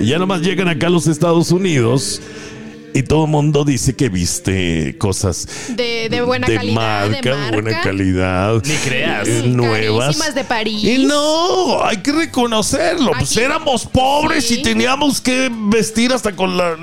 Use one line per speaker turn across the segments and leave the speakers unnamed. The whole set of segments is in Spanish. Y ya nomás llegan acá a los Estados Unidos y todo el mundo dice que viste cosas
De, de buena
de
calidad.
marca,
de marca.
buena calidad,
Ni creas.
eh,
Mm,
nuevas.
carísimas de París.
Y no, hay que reconocerlo. Pues
Aquí-
éramos pobres
Sí.
y teníamos que vestir hasta con la,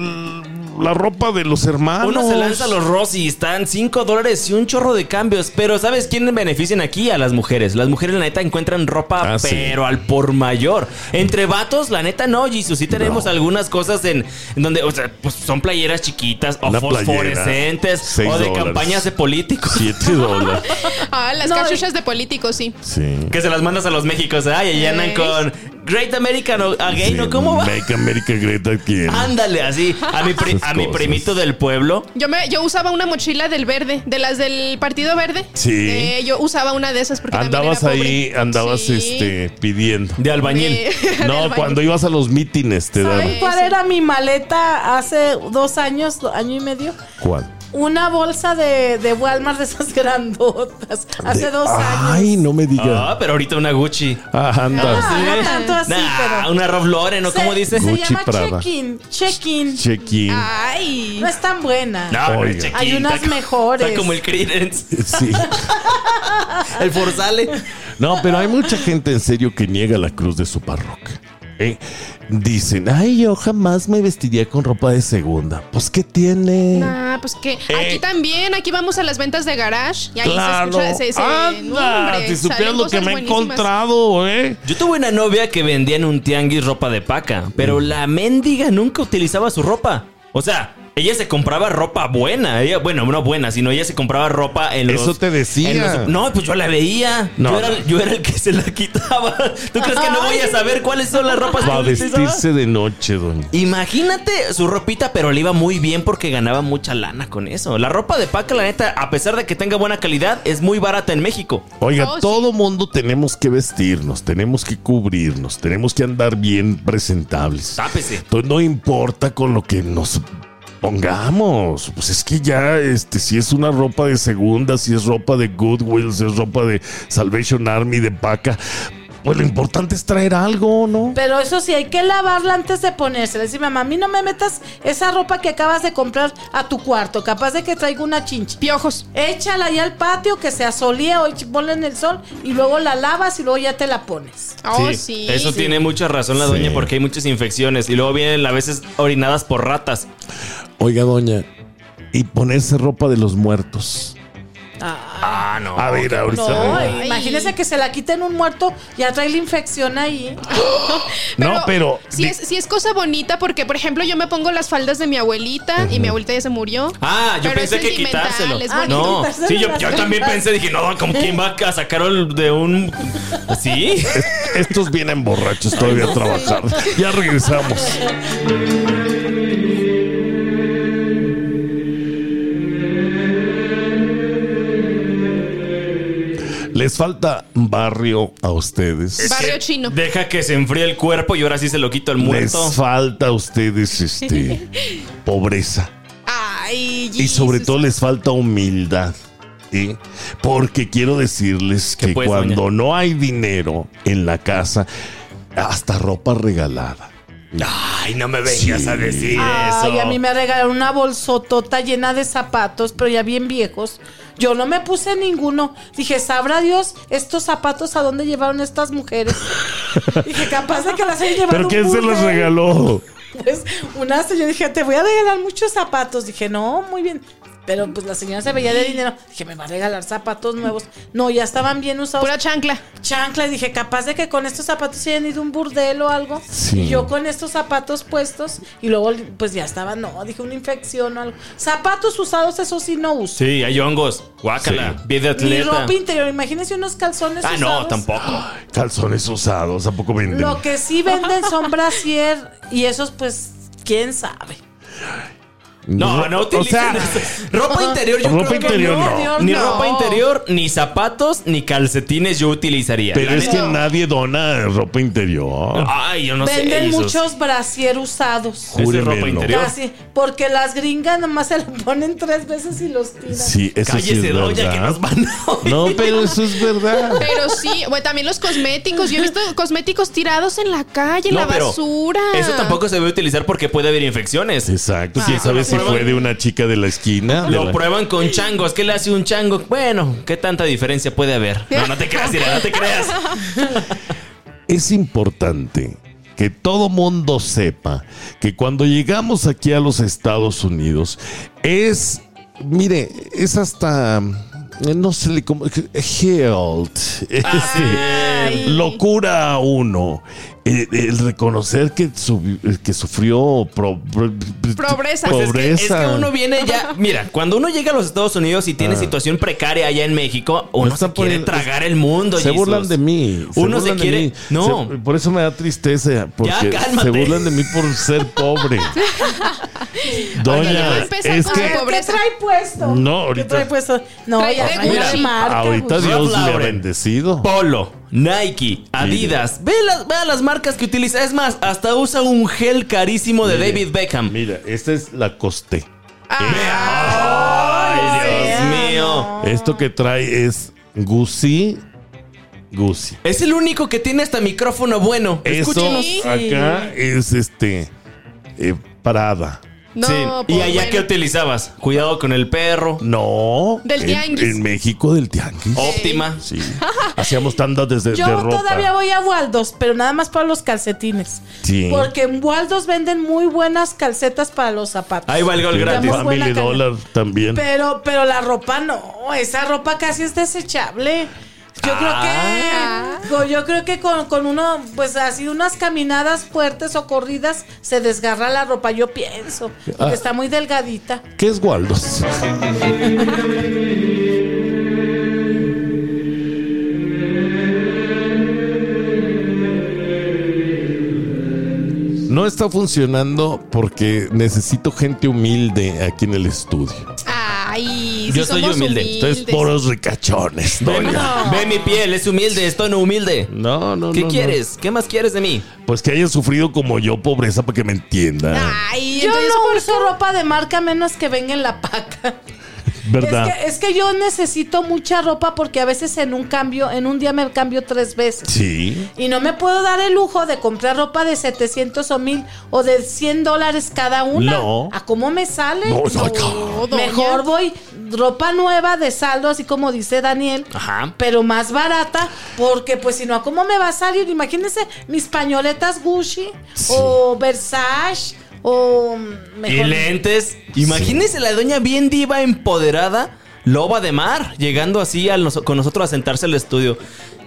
la ropa de los hermanos.
Uno se lanza a los Rossi, están 5 dólares y un chorro de cambios. Pero ¿sabes quién benefician aquí? A las mujeres. Las mujeres, la neta, encuentran ropa,
Ah, sí.
pero al por mayor. Entre vatos, la neta, no, Jesus. Sí tenemos algunas cosas en, en donde, o sea, pues son playeras chiquitas o
Una playera,
fosforescentes
seis
o de
dólares.
campañas de políticos.
Siete dólares.
Ah, las
No,
cachuchas de políticos, sí.
Sí.
Que se las mandas a los méxicos. Ay, y andan
Ey.
con Great American o- Again,
Sí,
¿no? ¿Cómo va? Ah,
Make America Great Again.
Ándale, así. A mi, pri-
Esas
a mi
cosas.
primito del pueblo.
Yo, me, yo usaba una mochila del verde, de las del Partido Verde.
Sí.
Eh, yo usaba una de esas porque también
Andabas
era
ahí,
pobre.
andabas
Sí. Eh,
este pidiendo.
De albañil.
De- del
No,
baño.
cuando ibas a los mítines te daban.
¿Saben cuál
sí.
era mi maleta hace dos años, año y medio?
¿Cuál?
Una bolsa de, de Walmart de esas grandotas. Hace
De-
dos años.
Ay, no me digas.
Ah, pero ahorita una Gucci.
Ah, anda.
No, no tanto así,
Nah,
pero-
una Ralph Lauren, ¿o cómo
Se-
dice?
Se
Gucci
llama
Prada.
check-in. Check-in.
Check-in.
Ah. Ay.
No es tan buena.
No,
Oiga.
el check-in,
Hay unas
está como-
mejores.
Está como el Credence,
Sí.
el Forzale.
No, pero hay mucha gente en serio que niega la cruz de su parroquia. ¿eh? Dicen, ay, yo jamás me vestiría con ropa de segunda. Pues, ¿qué tiene?
Nah, pues que aquí también, aquí vamos a las ventas de garage y ahí
Eh. claro.
se escucha, se, se-
Anda,
hombre,
si supieras
salen
lo que
cosas
me he
buenísimas.
encontrado, ¿eh?
Yo tuve una novia que vendía en un tianguis ropa de paca,
Mm.
pero la mendiga nunca utilizaba su ropa. O sea, ella se compraba ropa buena. Ella, bueno, no buena, sino ella se compraba ropa en los...
Eso te decía.
en los- no, pues yo la veía.
No,
yo, era,
no.
yo era el que se la quitaba. ¿Tú crees que no voy a saber cuáles son las ropas que
Va a
utilizaba?
vestirse de noche, doña.
Imagínate su ropita, pero le iba muy bien porque ganaba mucha lana con eso. La ropa de paca, la neta, a pesar de que tenga buena calidad, es muy barata en México.
Oiga,
Oh, sí.
todo mundo tenemos que vestirnos, tenemos que cubrirnos, tenemos que andar bien presentables.
Tápese.
Entonces Pues no importa con lo que nos pongamos. Pues es que ya, este, si es una ropa de segunda, si es ropa de Goodwill, si es ropa de Salvation Army, de Paca, pues lo importante es traer algo, ¿no?
Pero eso sí, hay que lavarla antes de ponérsela. Decir, mamá, a mí no me metas esa ropa que acabas de comprar a tu cuarto. Capaz de que traiga una chincha.
Piojos.
Échala ahí al patio, que se asolía, o ch- ponla en el sol, y luego la lavas y luego ya te la pones.
Oh,
Sí,
sí.
Eso tiene mucha razón la
Sí.
doña porque hay muchas infecciones y luego vienen a veces orinadas por ratas.
Oiga, doña, y ponerse ropa de los muertos.
Ah, no.
A ver,
No,
ahorita.
eh, imagínese que se la quiten un muerto, ya trae la infección ahí.
no, pero.
Si es, sí es cosa bonita porque, por ejemplo, yo me pongo las faldas de mi abuelita y mi abuelita ya se murió.
Ah, yo
Pero
pensé
es
que
sentimental,
quitárselo.
es
Ah,
bonito.
no,
quitárselo
sí, yo,
las
yo también
prendas.
pensé, dije, no, ¿cómo quién va a sacar el- de un. ¿Sí?
Estos vienen borrachos todavía a trabajar. Ya regresamos. Les falta barrio a ustedes.
Barrio chino.
Deja que se enfríe el cuerpo y ahora sí se lo quito al
Les
muerto.
falta a ustedes este pobreza.
Ay,
Y sobre
Jesus.
todo les falta humildad. ¿sí? Porque quiero decirles que
pues, doña?
cuando no hay dinero en la casa, hasta ropa regalada.
Ay, no me vengas
Sí.
a decir
Ay,
eso.
a mí me regalaron una bolsotota llena de zapatos, pero ya bien viejos. Yo no me puse ninguno. Dije, sabrá Dios estos zapatos a dónde llevaron estas mujeres. Dije, capaz de que las hayan llevado.
¿Pero
un
quién se los
burro.
regaló?
Pues una señora dije, te voy a regalar muchos zapatos. Dije, no, muy bien. Pero pues la señora se veía de dinero. Dije, me va a regalar zapatos nuevos. No, ya estaban bien usados.
Pura chancla.
chancla. Y dije, capaz de que con estos zapatos se hayan ido a un burdel o algo.
Sí.
Y yo con estos zapatos puestos. Y luego, pues ya estaba, no, dije una infección o algo. Zapatos usados, eso sí no uso.
Sí, hay hongos. Guácala.
Sí.
Pie de
Ni
atleta.
ropa interior. Imagínense unos calzones
Ah,
usados.
no, tampoco.
Calzones usados, ¿a poco venden?
Lo que sí venden son brasier. Y esos, pues, quién sabe.
No, no
O
utilicen
sea,
esas- ropa interior yo
ropa
creo que
interior
no.
no.
Dios,
Ni
no.
ropa interior, ni zapatos, ni calcetines yo utilizaría.
Pero
La
es que
neta-
nadie dona ropa interior.
Ay, yo no sé.
Venden
esos-
muchos brasier usados.
Esa es ropa
Júremelo.
interior.
Casi, porque las gringas nomás se lo ponen tres veces y los tiran.
Sí, eso sí
Cállese,
es
doña,
verdad.
que nos van a oír.
No, pero eso es verdad.
Pero sí, bueno, también los cosméticos. Yo he visto cosméticos tirados en la calle, en
No,
la
pero
basura.
Eso tampoco se debe utilizar porque puede haber infecciones.
Exacto. ¿Quién
Ah,
sabe si
prueban-
fue de una chica de la esquina? De
Lo
la-
prueban con changos. ¿Qué le hace un chango? Bueno, ¿qué tanta diferencia puede haber? No, no te creas, Ira, no te creas.
Es importante que todo mundo sepa que cuando llegamos aquí a los Estados Unidos es, mire, es hasta, eh, no se le como, healed,
Ah,
Ay.
locura a uno, el, el reconocer que, su- que sufrió pro- pro-
Pobreza.
Pues es que- Es que,
pobreza.
uno viene ya. Mira, cuando uno llega a los Estados Unidos y tiene situación precaria allá en México, uno
Ah. está
se quiere
poniendo-
tragar el mundo.
Se
Jesus.
burlan de mí.
Uno se
burlan de
quiere-
mí.
no.
Se- por eso me da tristeza. Porque
cálmate.
se burlan de mí por ser pobre.
Oye, ya
Doña,
empezamos
es
con
que
la
¿Qué
pobreza.
trae puesto?
No, ahorita-
¿Qué trae puesto? No,
Trae
ya
de
trae una
Gucci.
marca,
ahorita
Gucci.
Dios le ha
Lauren.
bendecido.
Polo, Nike, Adidas. Ve las, ve a las marcas que utiliza. Es más, hasta usa un gel carísimo de David Beckham.
Mira, esta es la coste.
Ah,
Ah,
Eh,
Dios mío.
Esto que trae es Gucci. Gucci.
Es el único que tiene hasta micrófono bueno. Eh,
Eso
Escúchenos.
Sí.
acá es este eh, Parada.
No,
Sí.
pues,
¿Y allá
bueno.
qué utilizabas? Cuidado con el perro.
No.
Del
en-
tianguis.
En, México del tianguis.
Oh, Óptima.
Sí. Hacíamos tandas desde
Yo
de ropa.
todavía voy a Waldos, pero nada más para los calcetines.
Sí.
Porque en Waldos venden muy buenas calcetas para los zapatos.
Ahí va el gol
Sí,
gratis.
Muy buena
Family
calidad.
Dollar también.
Pero, pero la ropa no, esa ropa casi es desechable. Yo
Ah.
creo que yo creo que con, con uno, pues así unas caminadas fuertes o corridas, se desgarra la ropa, yo pienso. Porque
Ah.
está muy delgadita.
¿Qué es Waldos? No está funcionando porque necesito gente humilde aquí en el estudio.
Ay,
Yo
sí
soy
somos
humilde,
Ustedes
humildes.
poros ricachones,
Ve, mi-
doña.
ve mi piel, es humilde, estoy no humilde.
No, no,
¿Qué
no, no.
quieres? ¿Qué más quieres de mí?
Pues que hayan sufrido como yo pobreza para que me entiendan.
Ah,
Ay,
Yo
entonces,
no
¿por
uso ropa de marca menos que venga en la paca.
¿Verdad?
Es que, es que yo necesito mucha ropa porque a veces en un cambio, en un día me cambio tres veces.
Sí.
Y no me puedo dar el lujo de comprar ropa de 700 o 1000 o de 100 dólares cada una.
No.
¿A cómo me sale?
No, no,
No, oh, doña.
Mejor voy ropa nueva de saldo, así como dice Daniel.
Ajá.
Pero más barata, porque pues si no, ¿a cómo me va a salir? Imagínense mis pañoletas Gucci
Sí.
o Versace o mm,
Y
mejor.
lentes. Imagínese la doña bien diva empoderada, loba de mar, llegando así a nos- con nosotros a sentarse al estudio.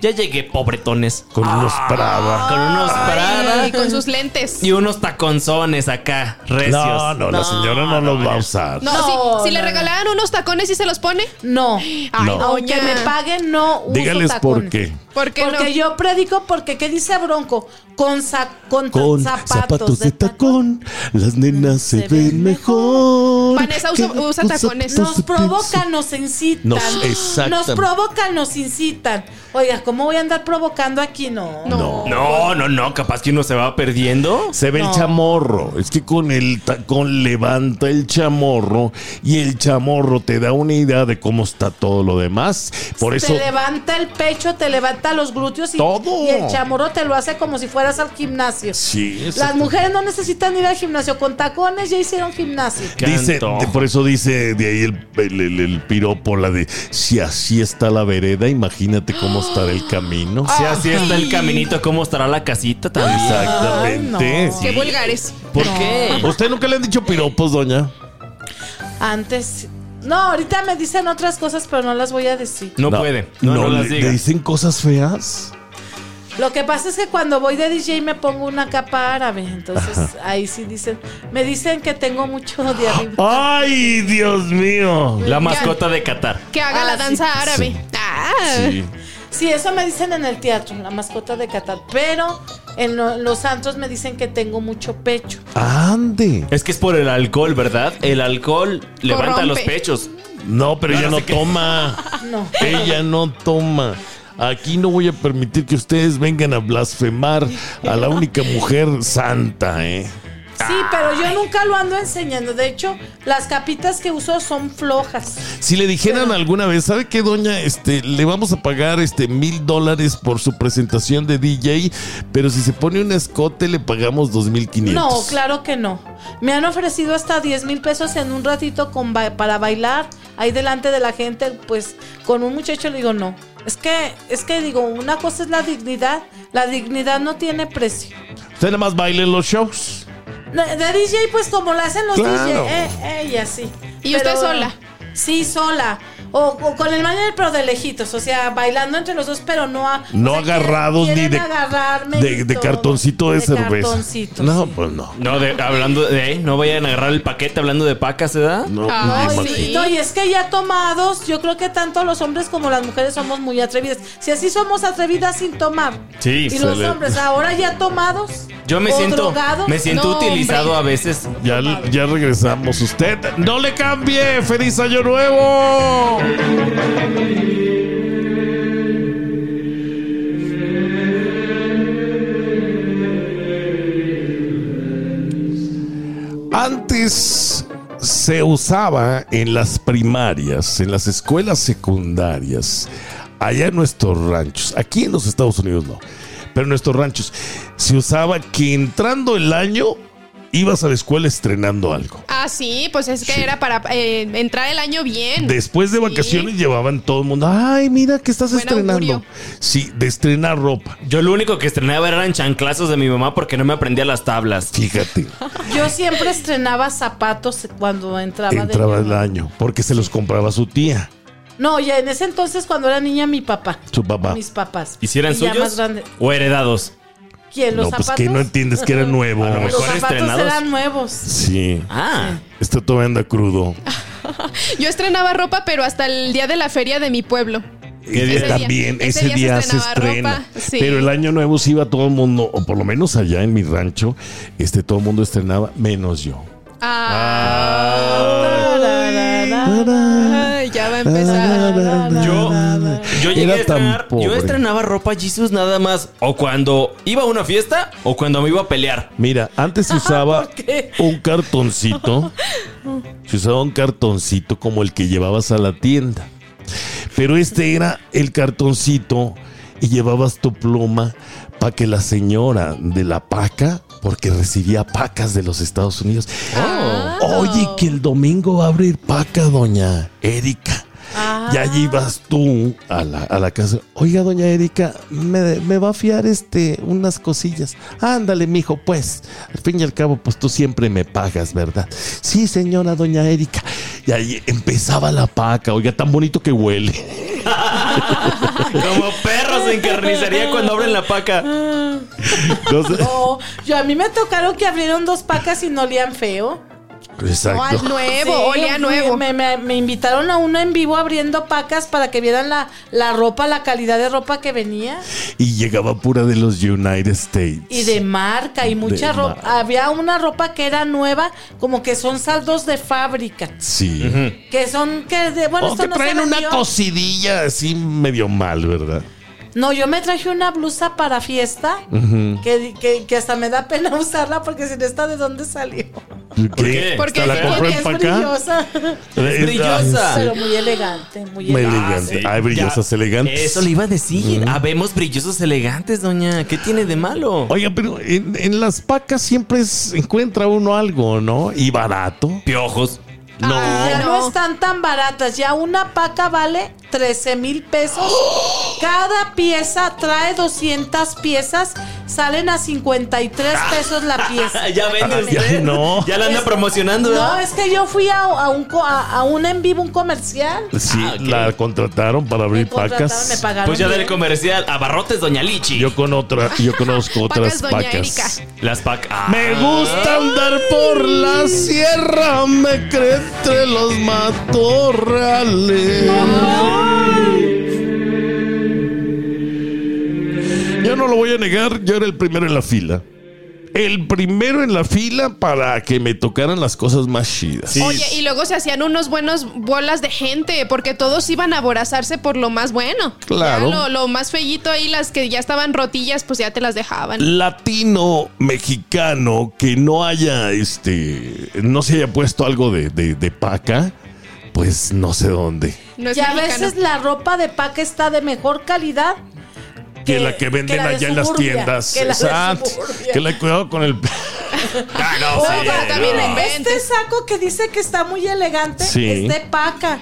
Ya llegué, pobretones. Ah,
Con unos Prada.
Con unos Prada
Ay, con sus lentes.
y unos taconzones acá, recios.
No, no, la señora no, los va a usar.
No,
No,
si, si le
no, no.
regalaran unos tacones y se los pone.
No.
doña.
Aunque me paguen, no uso
Dígales por
tacones.
qué.
¿Por qué
porque
no?
yo predico porque qué dice Bronco con sa- con, ta-
Con
zapatos,
zapatos,
de
de tacón, las nenas se,
se ven
ven mejor.
Vanessa usa-
Que
usa
con
tacones.
zapatos
Nos
de
provocan,
piso.
nos incitan.
Nos-
nos
exactamente.
provocan, nos incitan. Oiga, ¿cómo voy a andar provocando aquí? No.
No.
No, no, no, capaz que uno se va perdiendo.
Se ve
No.
el chamorro. Es que con el tacón levanta el chamorro y el chamorro te da una idea de cómo está todo lo demás. Por eso
Te levanta el pecho, te levanta los glúteos y,
Todo.
y el chamorro te lo hace como si fueras al gimnasio.
Sí,
Las
exacto.
mujeres no necesitan ir al gimnasio con tacones, ya hicieron gimnasio.
Qué
dice,
antojo.
de- por eso dice de ahí el, el- el- el piropo, la de si así está la vereda, imagínate cómo estará el camino.
Si así está el
Ay.
caminito, ¿cómo estará la casita también?
Exactamente.
Ay, no.
sí.
Qué vulgares.
Ah. ¿Por
No.
qué? ¿Usted nunca le han dicho piropos, doña?
Antes. No, ahorita me dicen otras cosas, pero no las voy a decir.
No, puede. No, no, las
le,
diga.
le dicen cosas feas?
Lo que pasa es que cuando voy de DJ me pongo una capa árabe, entonces ahí sí dicen, me dicen que tengo mucho de
Oh.
arriba.
¡Ay, Dios mío!
La mascota de Qatar.
Que haga
Ah,
la
sí.
danza árabe. Ah.
Sí.
Sí, eso me dicen en el teatro, la mascota de Qatar, pero en lo- los antros me dicen que tengo mucho pecho.
Ande.
Es que es por el alcohol, ¿verdad? El alcohol levanta
Corrompe.
los pechos.
No, pero
No,
ella
no
no,
sé qué.
toma.
No.
Ella no toma. Aquí no voy a permitir que ustedes vengan a blasfemar a la única mujer santa, ¿eh?
Sí, pero yo nunca lo ando enseñando. De hecho, las capitas que uso son flojas.
Si le dijeran alguna vez, ¿sabe qué, doña? Este, le vamos a pagar este mil dólares por su presentación de DJ, pero si se pone un escote le pagamos dos mil quinientos.
No, claro que no. Me han ofrecido hasta 10 mil pesos en un ratito con ba- para bailar ahí delante de la gente. Pues con un muchacho le digo, no. Es que, es que digo, una cosa es la dignidad. La dignidad no tiene precio.
Usted nada más baila en los shows.
De de DJ, pues como la hacen los
Claro.
DJ, eh, eh, y así.
¿Y usted sola?
Sí, sola. O, o con el manager, pero de lejitos. O sea, bailando entre los dos, pero no a-
No
o sea, quieren-
agarrados ni
quieren
de,
agarrarme
de,
y
de
todo.
cartoncito de,
De
cerveza.
cartoncito,
no,
sí.
pues no.
No, de- hablando de. ¿eh? No vayan a agarrar el paquete hablando de pacas, ¿eh? ¿verdad?
No,
Ay,
ni
Ay,
imagino.
Pues sí, no, y es que ya tomados, yo creo que tanto los hombres como las mujeres somos muy atrevidas. Si así somos atrevidas sin tomar.
Sí,
Y
se
los
le-
hombres ahora ya tomados.
Yo me
o
siento.
drogados.
Me siento
No,
utilizado
hombre.
a veces.
Ya, ya regresamos. Usted, no le cambie. ¡Feliz Año Nuevo! Antes se usaba en las primarias, en las escuelas secundarias, allá en nuestros ranchos, aquí en los Estados Unidos no, pero en nuestros ranchos se usaba que entrando el año ibas a la escuela estrenando algo.
Ah, sí, pues es que
Sí.
era para eh, entrar el año bien.
Después de vacaciones llevaban todo el mundo, ay, mira que estás
Buen
estrenando.
augurio.
Sí, de estrenar ropa.
Yo lo único que estrenaba eran chanclazos de mi mamá porque no me aprendía las tablas.
Fíjate,
Yo siempre estrenaba zapatos cuando entraba, de
entraba el
niña.
año porque se los compraba su tía,
No, ya en ese entonces cuando era niña mi papá.
su papá.
Mis papás.
¿Y si eran
Y ya
suyos?
más grande.
¿O heredados?
¿Quién? ¿Los
No, pues
zapatos?
que no entiendes que era nuevo.
A lo
Los
mejor
zapatos
estrenados.
eran nuevos.
Sí,
Ah.
está todavía anda crudo.
Yo estrenaba ropa, pero hasta el día de la feria de mi pueblo.
Ese
día?
también, ese, día, se,
estrenaba
estrena.
ropa, sí.
Pero el año nuevo sí iba todo el mundo, o por lo menos allá en mi rancho, este todo el mundo estrenaba, menos yo.
Ah, ay, ya va a empezar.
Yo, yo llegué
Era
a estrenar,
tan pobre.
yo estrenaba ropa Jesus nada más o cuando iba a una fiesta o cuando me iba a pelear.
Mira, antes se usaba
Ah, ¿Por qué?
un cartoncito. Se usaba un cartoncito como el que llevabas a la tienda. Pero este era el cartoncito y llevabas tu pluma para que la señora de la paca, porque recibía pacas de los Estados Unidos.
Ah.
Oye, que el domingo va a abrir paca, doña Erika. Y allí
Ah.
vas tú a la, a la casa. Oiga, doña Erika, me, me va a fiar este unas cosillas. Ándale, mijo, pues. Al fin y al cabo, pues tú siempre me pagas, ¿verdad? Sí, señora, doña Erika. Y ahí empezaba la paca. Oiga, tan bonito que huele.
Como perros en carnicería cuando abren la paca.
Entonces,
Ah. No, yo a mí me tocaron que abrieron dos pacas y no olían feo.
No, al
exacto.
nuevo,
Sí,
olía nuevo.
Me, me- me invitaron a uno en vivo abriendo pacas para que vieran la, la ropa, la calidad de ropa que venía.
Y llegaba pura de los United States.
Y de marca y mucha
De
ropa.
marca.
Había una ropa que era nueva, como que son saldos de fábrica.
Sí.
Que son que de, bueno,
O
esto
que
no se
Oh, traen una
vendió.
cocidilla así medio mal, ¿verdad?
No, yo me traje una blusa para fiesta
Mm.
que, que- que hasta me da pena usarla porque sin esta de dónde salió.
qué?
Porque
¿La
es
compró
que
en
Es
Pacá?
brillosa,
Eh, ay,
brillosa.
pero
sí.
muy elegante, muy
Muy
elegante.
elegante. Hay brillosas
Ya,
elegantes.
Eso le iba a decir. Habemos brillosos elegantes, doña. ¿Qué tiene de malo?
Oiga, pero en, en las pacas siempre es- encuentra uno algo, ¿no? Y barato. Ah,
Piojos.
No.
Ah, Ya no.
no.
están tan baratas. Ya una paca vale 13 mil pesos. Cada pieza trae 200 piezas. Salen a 53 pesos la pieza.
Ah. ya vende
Ya
usted.
no.
Ya la anda promocionando,
No,
¿verdad?
es que yo fui a, a un, co- a, a un en vivo, un comercial.
Sí,
Ah, ok.
la contrataron para
Me
abrir
contrataron, me
Pues pacas.
pagaron
Pues ya del
bien.
comercial. Abarrotes, doña Lichi.
Yo con otra, yo conozco otras
Pacas, doña
pacas.
Las ah, pacas.
Me gusta andar por la sierra, me cree entre los matorrales. Yo no lo voy a negar, yo era el primero en la fila. El primero en la fila para que me tocaran las cosas más chidas.
Sí.
Oye, y luego se hacían unos buenos bolas de gente, porque todos iban a aborazarse por lo más bueno.
Claro.
Ya Lo, lo más fellito ahí, las que ya estaban rotillas, pues ya te las dejaban.
Latino mexicano que no haya, este, no se haya puesto algo de, de- de paca, pues no sé dónde.
No es
y a
mexicano.
veces la ropa de paca está de mejor calidad
Que, la que venden
la de
allá en las
Suburbia,
tiendas.
que la de
Exacto.
Suburbia.
Que la cuidado con el. Ah,
Oh,
no,
Oye,
sí,
pero también
no.
en vez-
Este saco que dice que está muy elegante
Sí.
es de paca.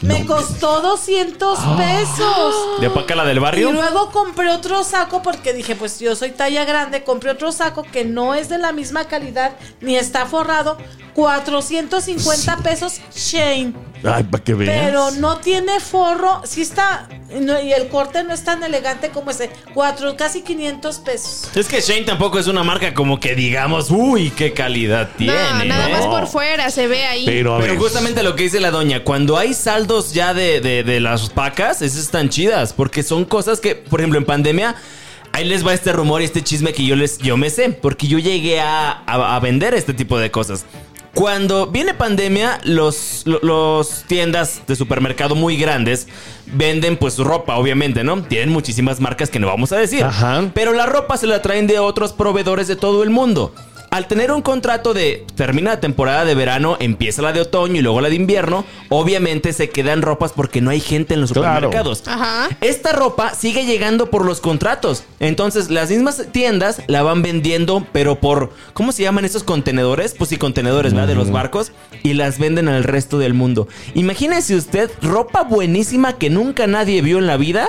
Me
No Ah.
costó 200 pesos.
¿De Paca la del
Y
barrio?
luego compré otro saco porque dije, pues yo soy talla grande, compré otro saco que no es de la misma calidad ni está forrado, 450 pesos Shane,
Ay, para que veas.
pero no tiene forro, sí está no, y el corte no es tan elegante como ese, cuatro, casi 500 pesos.
Es que Shane tampoco es una marca como que digamos, uy, qué calidad tiene.
no, nada
¿no?
más por fuera se ve ahí.
Pero a
Pero
ver.
justamente lo que dice la doña, cuando hay saldos ya de, de- de las pacas, esas están chidas, porque son cosas que, por ejemplo, en pandemia, ahí les va este rumor y este chisme que yo, les, yo me sé, porque yo llegué a, a- a vender este tipo de cosas. Cuando viene pandemia, los, lo- los tiendas de supermercado muy grandes venden pues ropa, obviamente, ¿no? Tienen muchísimas marcas que no vamos a decir.
Ajá.
Pero la ropa se la traen de otros proveedores de todo el mundo. Al tener un contrato de termina la temporada de verano, empieza la de otoño y luego la de invierno, obviamente se quedan ropas porque no hay gente en los
Claro.
supermercados.
Ajá.
Esta ropa sigue llegando por los contratos. Entonces, las mismas tiendas la van vendiendo, pero por. ¿Cómo se llaman esos contenedores? Pues sí, contenedores, ¿verdad? De los barcos. Y las venden al resto del mundo. Imagínese usted ropa buenísima que nunca nadie vio en la vida.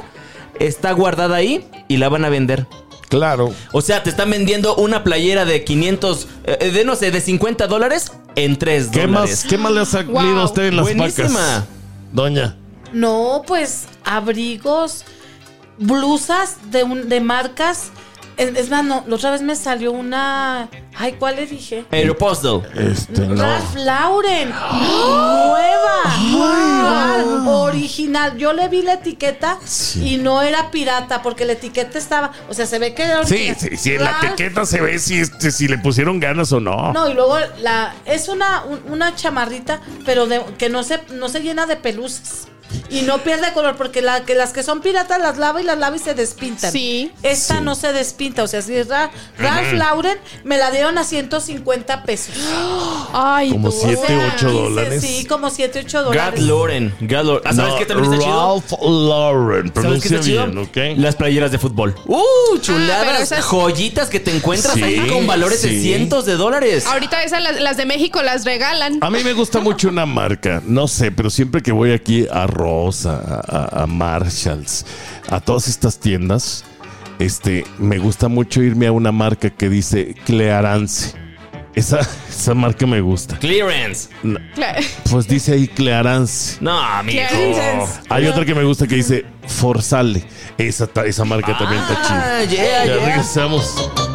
Está guardada ahí y la van a vender.
Claro.
O sea, te están vendiendo una playera de 500, eh, de no sé, de 50 dólares en 3
¿Qué
dólares.
más, ¿Qué más le ha salido a
Wow.
usted en las
Buenísima.
pacas? Doña.
No, pues abrigos, blusas de, un, de marcas. Es es más, no, la otra vez me salió una. Ay, ¿cuál le dije?
Aeropostale.
Este, no.
Ralph Lauren. Nueva. Igual, original. Yo le vi la etiqueta
Sí.
y no era pirata porque la etiqueta estaba. O sea, se ve que era
Sí,
original.
sí, sí, en la
Ralph-
etiqueta se ve si, este, si le pusieron ganas o no.
No, y luego la es una, un- una chamarrita, pero de- que no se, no se llena de pelusas. Y no pierde color, porque la, que las que son piratas las lava y las lava y se despintan.
Sí.
Esta no se despinta. O sea, si es Ra- Ralph Lauren, me la dieron a 150 pesos.
Ay,
Como
tú.
siete,
O sea,
ocho
Dice,
dólares.
Sí, como 7, 8
Gat
dólares.
Lauren. Gat Lauren. Ah, ¿sabes
No,
qué también está chido?
Ralph Lauren.
¿Sabes qué
Pronuncia
está chido?
bien, ¿ok?
Las playeras de fútbol. ¡Uh! Chuladas,
Ah, pero esas-
joyitas que te encuentras
Sí,
ahí con valores de
sí.
cientos de dólares.
Ahorita esas las, las de México las regalan.
A mí me gusta mucho una marca, no sé, pero siempre que voy aquí a Rosa, a, a- a Marshalls, a todas estas tiendas, este, me gusta mucho irme a una marca que dice Clearance. Esa, esa marca me gusta.
Clearance.
Claro.
Pues dice ahí Clearance.
No, mijo.
Clearance.
Hay otra que me gusta que dice Forzale. Esa, ta- esa marca también está chida.
Ah,
Ya
yeah, yeah.
regresamos.